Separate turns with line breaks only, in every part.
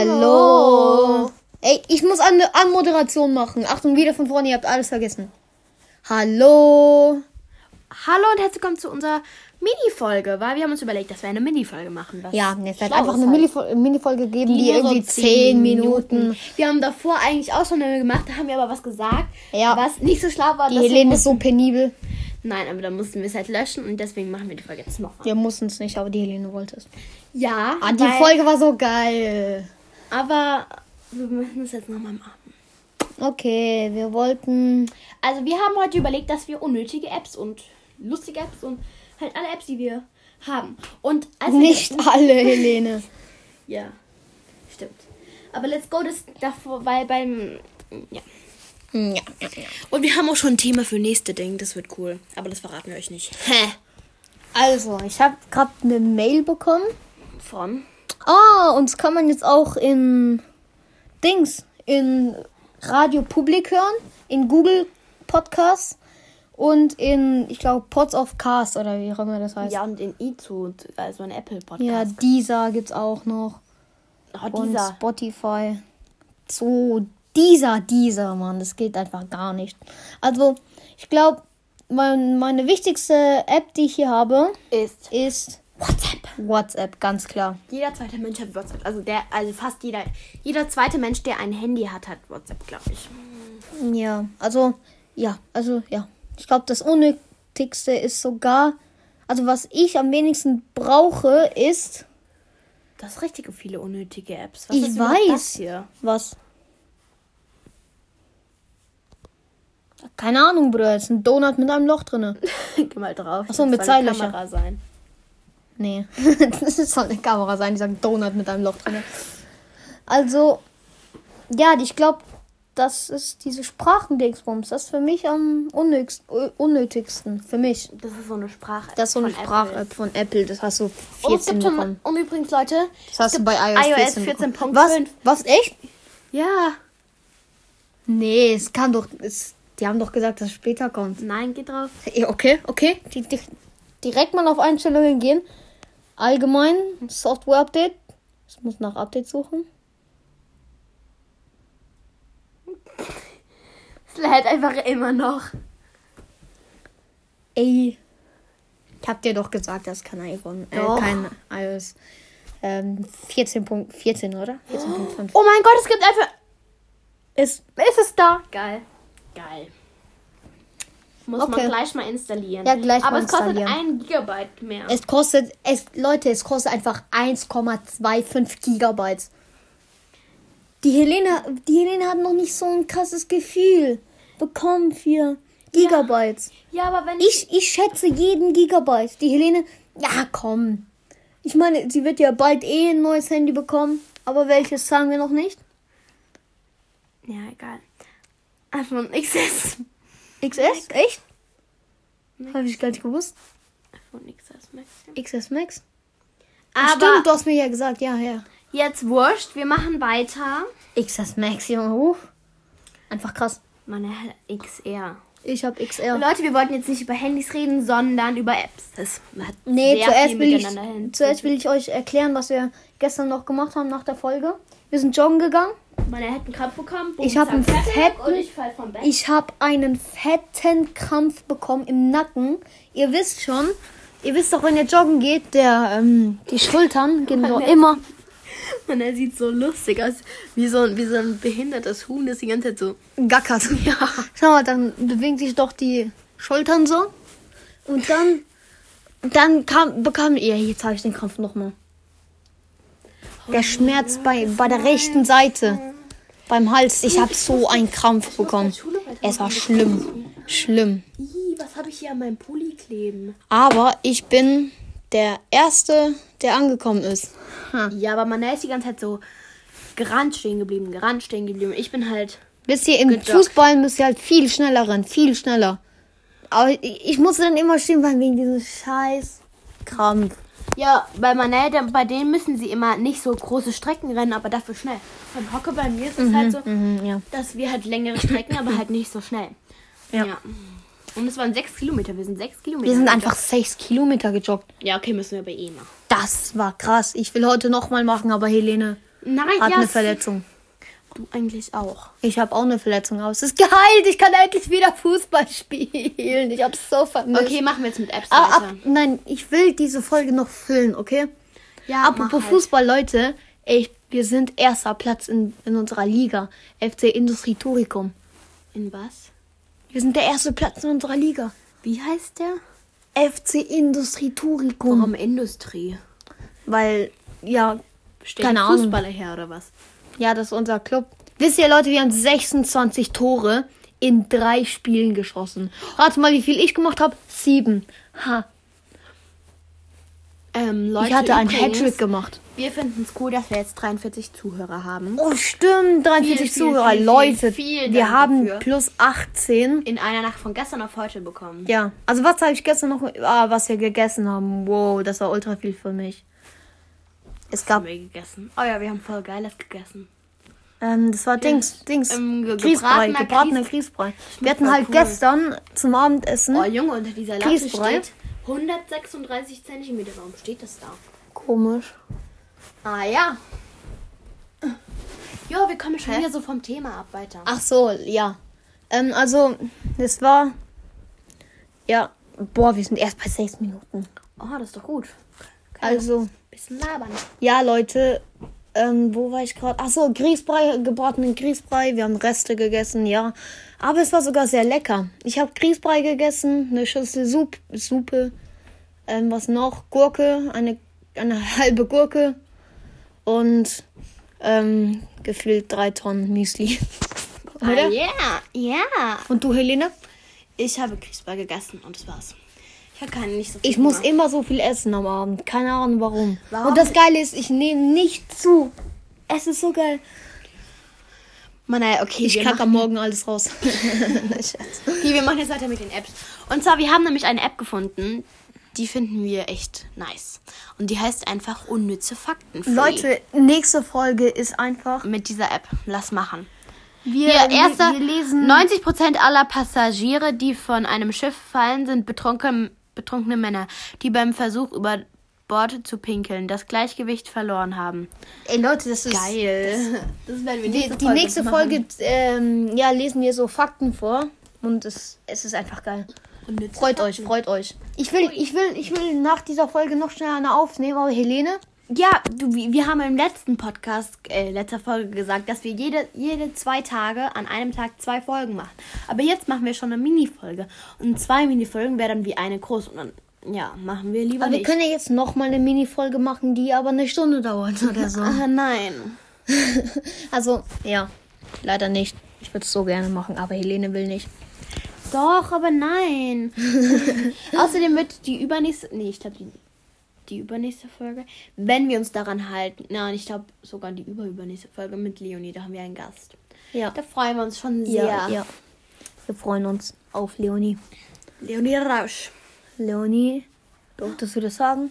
Hallo. Ey, ich muss eine Anmoderation machen. Achtung, wieder von vorne, ihr habt alles vergessen. Hallo.
Hallo und herzlich willkommen zu unserer Mini-Folge, weil wir haben uns überlegt, dass wir eine Mini-Folge machen. Was
Ja, es wird
schlau
einfach
ist
eine
halt.
Mini- Mini-Folge geben, die,
nur so
irgendwie 10 Minuten.
Wir haben davor eigentlich auch schon eine gemacht, da haben wir aber was gesagt,
Ja.
was nicht so schlau war.
Die
dass wir
Helene ist
mussten-
so penibel.
Nein, aber dann mussten wir es halt löschen und deswegen machen wir die Folge jetzt nochmal.
Wir mussten es nicht, aber die Helene wollte es.
Ja,
Ah, die
weil-
Folge war so geil.
aber wir müssen es jetzt nochmal machen.
Okay, wir wollten.
Also wir haben heute überlegt, dass wir unnötige Apps und lustige Apps und halt alle Apps, die wir haben. Und als wir-
Nicht alle, Helene.
Ja, stimmt. Aber let's go, das davor, weil beim. Ja.
ja.
Und wir haben auch schon ein Thema für nächste Ding, das wird cool. Aber das verraten wir euch nicht. Hä?
Also, ich habe gerade eine Mail bekommen.
Von?
Ah, uns kann man jetzt auch in Dings, in Radio Public hören, in Google Podcasts und in, ich glaube, Pods of Cast oder wie auch immer das heißt.
Ja, und in iTunes, also in Apple
ja
Podcast.
dieser gibt's auch noch.
Ja,
Und
Oh, dieser.
Spotify. So, dieser, dieser, Mann, das geht einfach gar nicht. Also, ich glaube, mein, meine wichtigste App, die ich hier habe,
Ist
ist
WhatsApp.
WhatsApp, ganz klar.
Jeder zweite Mensch hat WhatsApp. Also der, also fast jeder. Jeder zweite Mensch, der ein Handy hat, hat WhatsApp, glaube ich.
Ja, also, ja, also, ja. Ich glaube, das Unnötigste ist sogar, also was ich am wenigsten brauche, ist,
Das ist richtig viele unnötige Apps.
Ich
ist überhaupt
weiß.
Das hier?
was? Keine Ahnung, Bruder, ist ein Donut mit einem Loch drinne.
Geh mal drauf.
Ach so,
Das
mit
soll eine
Zeiglöcher.
Kamera sein.
Nee, das soll eine Kamera sein, die sagt Donut mit einem Loch drinne. Also, ja, ich glaube, das ist diese Sprachendingsbums. Das ist für mich am unnötigst- unnötigsten. Für mich.
Das ist so eine Sprache.
Das ist so eine
von Apple.
Sprach-App von Apple. Das hast du 14
Und es gibt
bekommen.
schon, und übrigens, Leute,
Das hast du bei iOS,
iOS
14 bekommen.
14.5.
Was? Was? Echt?
ja.
Nee, es kann doch. Es, die haben doch gesagt, dass es später kommt.
Nein, geht drauf.
Ja, Okay, okay. Die, die, direkt mal auf Einstellungen gehen. Allgemein, Software-Update. Ich muss nach Update suchen.
Es lädt einfach immer noch.
Ey. Ich hab dir doch gesagt, das ist kein iPhone. Äh,
Doch.
kein iOS. Ähm, 14.14, 14, oder? 14.5.
Oh mein Gott, es gibt einfach.
Ist,
Ist es da? Geil. Geil. Muss
Okay.
man gleich mal installieren.
Ja, gleich
Aber
mal
es kostet
installieren.
ein Gigabyte mehr.
es kostet, es, Leute, es kostet einfach 1,25 Gigabyte. Die Helene, die Helene hat noch nicht so ein krasses Gefühl. Bekommen 4 Gigabyte.
ja, aber wenn
Ich, ich schätze jeden Gigabyte. Die Helene, ja komm. Ich meine, sie wird ja bald eh ein neues Handy bekommen. Aber welches sagen wir noch nicht?
Ja, egal. iPhone XS.
XS? Echt? Habe ich gar nicht gewusst.
iPhone XS Max.
XS Max?
Aber
Stimmt, du hast mir ja gesagt. Ja, ja.
jetzt wurscht, wir machen weiter.
XS Max, Junge. Huh. Einfach krass.
Meine XR.
Ich habe XR.
Leute, wir wollten jetzt nicht über Handys reden, sondern über Apps. Das hat
Nee,
sehr
zuerst
viel
will,
miteinander hin-
ich, zuerst will ich euch erklären, was wir gestern noch gemacht haben nach der Folge. Wir sind joggen gegangen.
Meine hat einen Krampf bekommen.
Ich hab einen
zack, zack, zack,
fetten-
Und ich fall vom Bett.
Ich habe einen fetten Krampf bekommen im Nacken. Ihr wisst schon, ihr wisst doch, wenn ihr joggen geht, der, ähm, die Schultern gehen doch immer.
Und er sieht so lustig aus, wie so, ein- wie so ein behindertes Huhn, das die ganze Zeit so.
Gackert. Ja. Schau mal, dann bewegen sich doch die Schultern so. Und dann, dann kam, bekam, ja, jetzt habe ich den Krampf nochmal. Der Schmerz bei, bei der rechten Seite. Beim Hals. Ich habe so einen Krampf bekommen. Es war schlimm. Schlimm.
Ih, was habe ich hier an meinem Pulli kleben?
Aber ich bin der Erste, der angekommen ist.
Ja, aber man ist die ganze Zeit so gerannt stehen geblieben, gerannt stehen geblieben. Ich bin halt.
Wisst ihr, im
Good job.
Fußball müsst ihr halt viel schneller rennen, viel schneller. Aber ich ich musste dann immer stehen bleiben wegen diesem scheiß Krampf.
Ja, bei Manel, der- bei denen müssen sie immer nicht so große Strecken rennen, aber dafür schnell. Beim Hocker bei mir ist es halt so,
Mhm, ja.
dass wir halt längere Strecken, aber halt nicht so schnell.
Ja.
Und es waren sechs Kilometer. Wir sind sechs Kilometer.
Wir sind einfach sechs Kilometer gejoggt.
Ja, okay, müssen wir bei eh machen.
Das war krass. Ich will heute nochmal machen, aber Helene
Nein,
Hat
ja,
eine
es-
Verletzung.
Du eigentlich auch.
Ich habe auch eine Verletzung, aber es ist geheilt. Ich kann endlich wieder Fußball spielen. Ich hab's so vermisst.
Okay, machen wir jetzt mit Apps
Ah,
weiter.
ab, nein, ich will diese Folge noch füllen, okay?
Ja,
Apropos
mach halt.
Fußball, Leute. Ey, wir sind erster Platz in, in unserer Liga. FC Industrie Turicum.
In was?
Wir sind der erste Platz in unserer Liga.
Wie heißt der?
FC Industrie Turicum.
Warum Industrie?
Weil, ja,
Steht
Keine Ahnung.
Fußballer her oder was?
ja, das ist unser Club. Wisst ihr, Leute, wir haben 26 Tore in drei Spielen geschossen. Ratet mal, wie viel ich gemacht habe. Sieben. Ha,
Ähm, Leute,
ich hatte einen
übrigens,
Hattrick gemacht.
Wir finden es cool, dass wir jetzt 43 Zuhörer haben.
Oh, stimmt, 43
Viel, viel,
Zuhörer.
viel, viel,
Leute,
vielen
wir
Dank
haben
dafür.
plus 18.
In einer Nacht von gestern auf heute bekommen.
Ja, also was habe ich gestern noch, ah, was wir gegessen haben. Wow, das war ultra viel für mich. Es gab,
Haben wir gegessen. Oh ja, wir haben voll Geiles
Hm?
gegessen.
ähm, das war Dings, Dings,
ähm, ge-
Grießbrei,
gebratener
gebratener Grießbrei. Wir hatten
voll
halt
cool.
gestern zum Abendessen,
Oh Junge, unter dieser Latte
Grießbrei?
steht 136 Zentimeter. Warum steht das da?
komisch,
Ah ja. Jo, wir kommen schon
Hä? Ah.
wieder so vom Thema ab weiter.
Ach so, ja. Ähm, also, es war. Ja, boah, wir sind erst bei sechs Minuten.
Oh, das ist doch gut.
Also,
Bisschen labern.
ja, Leute. Ähm, wo war ich gerade? Ach so, Grießbrei, gebratenen Grießbrei. Wir haben Reste gegessen, ja. Aber es war sogar sehr lecker. Ich habe Grießbrei gegessen, eine Schüssel Sup Suppe. Ähm, was noch? Gurke, eine, eine halbe Gurke. Und ähm, gefühlt drei Tonnen Müsli. Oder?
ja, Ah, ja.
Und du, Helene?
Ich habe Kriegsbar gegessen und das war's. Ich habe keine nicht so viel
Ich muss
gemacht.
immer so viel essen am Abend. Keine Ahnung warum.
Warum?
Und das Geile ist, ich nehme nicht zu. Es ist so geil.
Mann, naja, okay,
Ich
wir
kacke am
machen,
Morgen alles raus.
okay, wir machen jetzt weiter mit den Apps. Und zwar, wir haben nämlich eine App gefunden, die finden wir echt nice. Und die heißt einfach Unnütze Fakten. Free.
nächste Folge ist einfach.
Mit dieser App, lass machen.
Wir,
Hier, erster,
wir lesen.
90% aller Passagiere, die von einem Schiff fallen, sind betrunken, betrunkene Männer, die beim Versuch über Bord zu pinkeln das Gleichgewicht verloren haben.
Ey Leute, das ist
Geil. Das, das werden wir
Die, die nächste Folge, ähm, ja, lesen wir so Fakten vor. Und es, es ist einfach geil. Freut euch, freut euch. Ich will, ich will, ich will nach dieser Folge noch schneller eine aufnehmen, aber Helene.
Ja, du, wir wir haben im letzten Podcast, äh, letzter Folge gesagt, dass wir jede, jede zwei Tage an einem Tag zwei Folgen machen. Aber jetzt machen wir schon eine Mini-Folge. Und zwei Mini-Folgen wären dann wie eine groß. Und dann, ja, machen wir lieber
Aber wir
nicht.
können ja jetzt nochmal eine Mini-Folge machen, die aber eine Stunde dauert oder so.
Ah, nein.
Also, ja, leider nicht. Ich würde es so gerne machen, aber Helene will nicht.
Doch, aber nein. Außerdem wird die übernächste, nee, ich glaube die, die übernächste Folge, wenn wir uns daran halten, nein, ich glaube sogar die überübernächste Folge mit Leonie, da haben wir einen Gast.
Ja.
Da freuen wir uns schon sehr.
Ja, ja. Wir freuen uns auf Leonie.
Leonie Rausch.
Leonie, durftest du das sagen?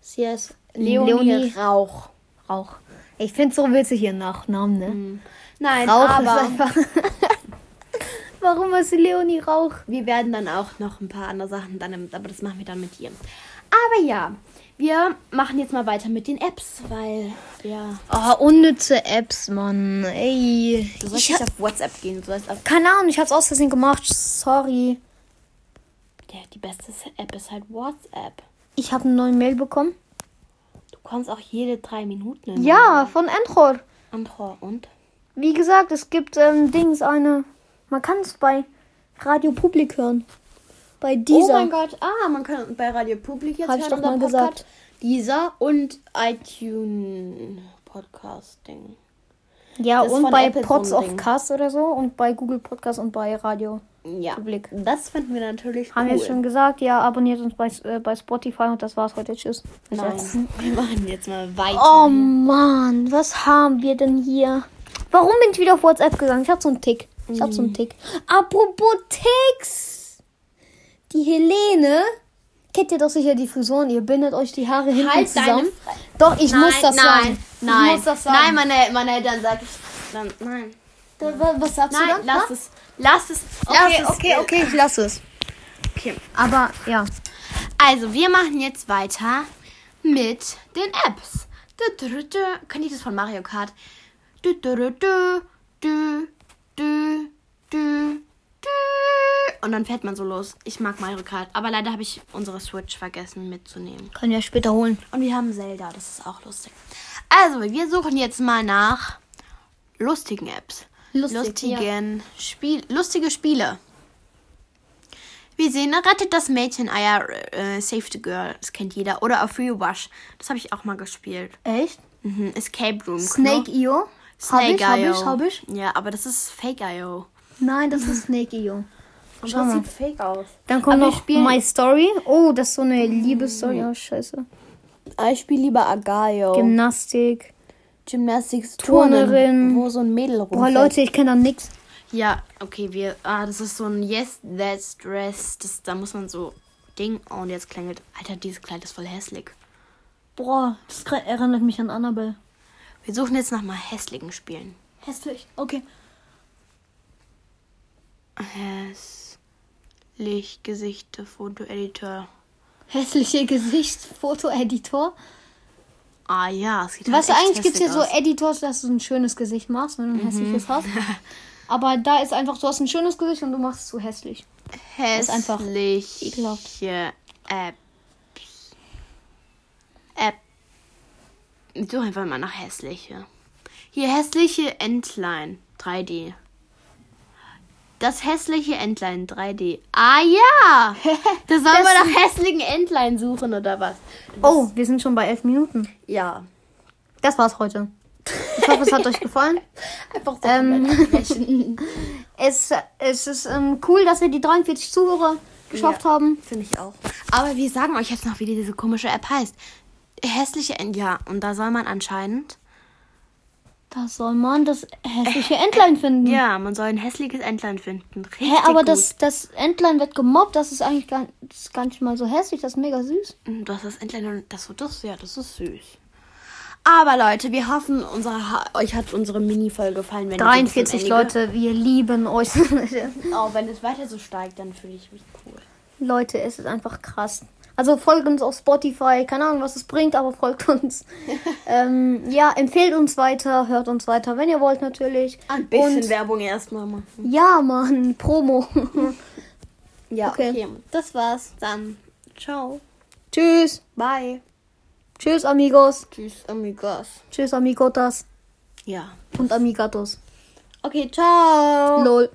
Sie ist
Leonie, Rauch.
Rauch. Ich finde so witzig ihren Nachnamen, ne?
Nein,
Rauch
aber
ist einfach. Warum ist sie Leonie Rauch?
wir werden dann auch noch ein paar andere Sachen dann, im- aber das machen wir dann mit ihr. Aber ja, wir machen jetzt mal weiter mit den Apps, weil ja,
Ah, unnütze Apps, Mann. Ey.
du sollst
Ich
nicht
hab,
auf WhatsApp gehen, du sollst auf
keine Ahnung, ich hab's aus Versehen gemacht. Sorry.
der, die beste App ist halt WhatsApp.
Ich habe einen neuen Mail bekommen.
Du kommst auch jede drei Minuten.
Mhm.
in
Ja, von Enchor.
Andor und?
Wie gesagt, es gibt ähm, Dings eine. Man kann es bei Radio Publik hören. Bei dieser.
Oh mein Gott, ah, man kann bei Radio Public jetzt
Hab ich
hören
doch
unseren
mal gesagt.
Podcast. Dieser und iTunes Podcasting.
ja,
das ist
und
von
bei
Apple so ein
Pods of
Ding.
Cast oder so und bei Google Podcast und bei Radio.
Ja.
Public.
Das finden wir natürlich
Haben wir
cool.
jetzt schon gesagt, ja, abonniert uns bei, äh, bei Spotify und das war's heute. Tschüss.
Nein, wir machen jetzt mal weiter.
Oh Mann, was haben wir denn hier? Warum bin ich wieder auf WhatsApp gegangen? Ich hab so einen Tick. Ich hab so
Mhm.
einen Tick. Apropos Ticks! Die Helene. Kennt ihr doch sicher die Frisuren? Ihr bindet euch die Haare hinten
Halt deine
zusammen.
Fre-
Doch, ich
nein,
muss das
nein,
sagen.
Nein,
Ich muss das sagen.
nein, meine, meine Eltern sagen, dann, nein,
Da- wa- Was sagst
nein,
du dann?
lass
Ha?
es, lass es,
Okay,
lass es.
okay, okay, ich lass es.
okay.
Aber ja.
Also, wir machen jetzt weiter mit den Apps. Du, du, du, du. Kennt ihr das von Mario Kart? Du, du, du, du, du, du, du, du. Und dann fährt man so los. Ich mag Mario Kart. Aber leider habe ich unsere Switch vergessen mitzunehmen.
Können wir später holen.
Und wir haben Zelda. Das ist auch lustig. Also, wir suchen jetzt mal nach lustigen Apps.
Lustig,
lustigen Spiel, lustige Spiele. Wir sehen, rettet das Mädchen Eier, äh, Save the Girl, das kennt jeder. Oder auf Rewash, das habe ich auch mal gespielt.
Echt?
Mhm, Escape Room.
Snake
Kno-
IO?
Snake
hab ich, hab
IO.
ich, hab ich.
Ja, aber das ist Fake IO.
Nein, das ist Snake IO.
Und
Schau
das
mal.
sieht fake aus.
Dann kommt
Aber ich
noch
spiel-
My Story. Oh, das ist so eine Liebesstory. Oh, scheiße.
Ich spiele lieber Agayo.
Oh. Gymnastik.
Gymnastics
Turnerin.
Wo so ein Mädel rumfällt.
Boah, Oh, Leute, ich kenne da nichts.
Ja, okay, wir. Ah, das ist so ein Yes, that's dress. Das, da muss man so. Ding. Oh, und jetzt klingelt. Alter, dieses Kleid ist voll hässlich.
Boah, das erinnert mich an Annabelle.
Wir suchen jetzt nach mal hässlichen Spielen.
Hässlich. Okay.
Hässlich Gesichte, Fotoeditor.
Hässliche Gesicht, Fotoeditor.
Ah ja, es sieht
Weißt du,
halt echt
eigentlich gibt es
hässlich
ja so
aus.
Editors, dass du ein schönes Gesicht machst, wenn du ein hässliches hast. Aber da ist einfach, du hast ein schönes Gesicht und du machst es so hässlich. ist einfach
hässliche Apps. App. Such einfach mal nach hässliche. Hier hässliche Entlein 3D. Das hässliche Entlein 3D. Ah ja! Da sollen wir nach hässlichen Entlein suchen oder was?
Oh, wir sind schon bei elf Minuten.
Ja.
Das war's heute. Ich hoffe, es hat euch gefallen.
Einfach so
Ähm.
komplett abbrechen.
Es, es ist ähm, cool, dass wir die 43 Zuhörer geschafft
Ja.
haben.
Finde ich auch. Aber wir sagen euch jetzt noch, wie diese komische App heißt. Hässliche Ent. Ja, und da soll man anscheinend.
Das soll man das hässliche Entlein finden.
Äh, Ja, man soll ein hässliches Entlein finden. Richtig
Hä, aber
gut.
das, das Entlein wird gemobbt, das ist eigentlich gar, das ist gar nicht mal so hässlich, das ist mega süß.
Hm, Du hast das Entlein und das, das, ja, das ist süß. Aber Leute, wir hoffen, unsere, Ha- euch hat unsere Mini-Folge gefallen. Wenn ihr sie bis zum
43
Ende
Leute, wir lieben euch.
ge- Oh, wenn es weiter so steigt, dann fühle ich mich cool.
Leute, es ist einfach krass. Also folgt uns auf Spotify, keine Ahnung, was es bringt, aber folgt uns. ähm, ja, empfehlt uns weiter, hört uns weiter, wenn ihr wollt natürlich.
Ein bisschen
Und-
Werbung erstmal machen.
Ja, Mann, Promo.
Ja,
Okay.
Das war's. Dann ciao.
Tschüss.
Bye.
Tschüss, amigos.
Tschüss, amigos.
Tschüss, amigotas
Ja.
und amigatos.
Okay, ciao.
Lol.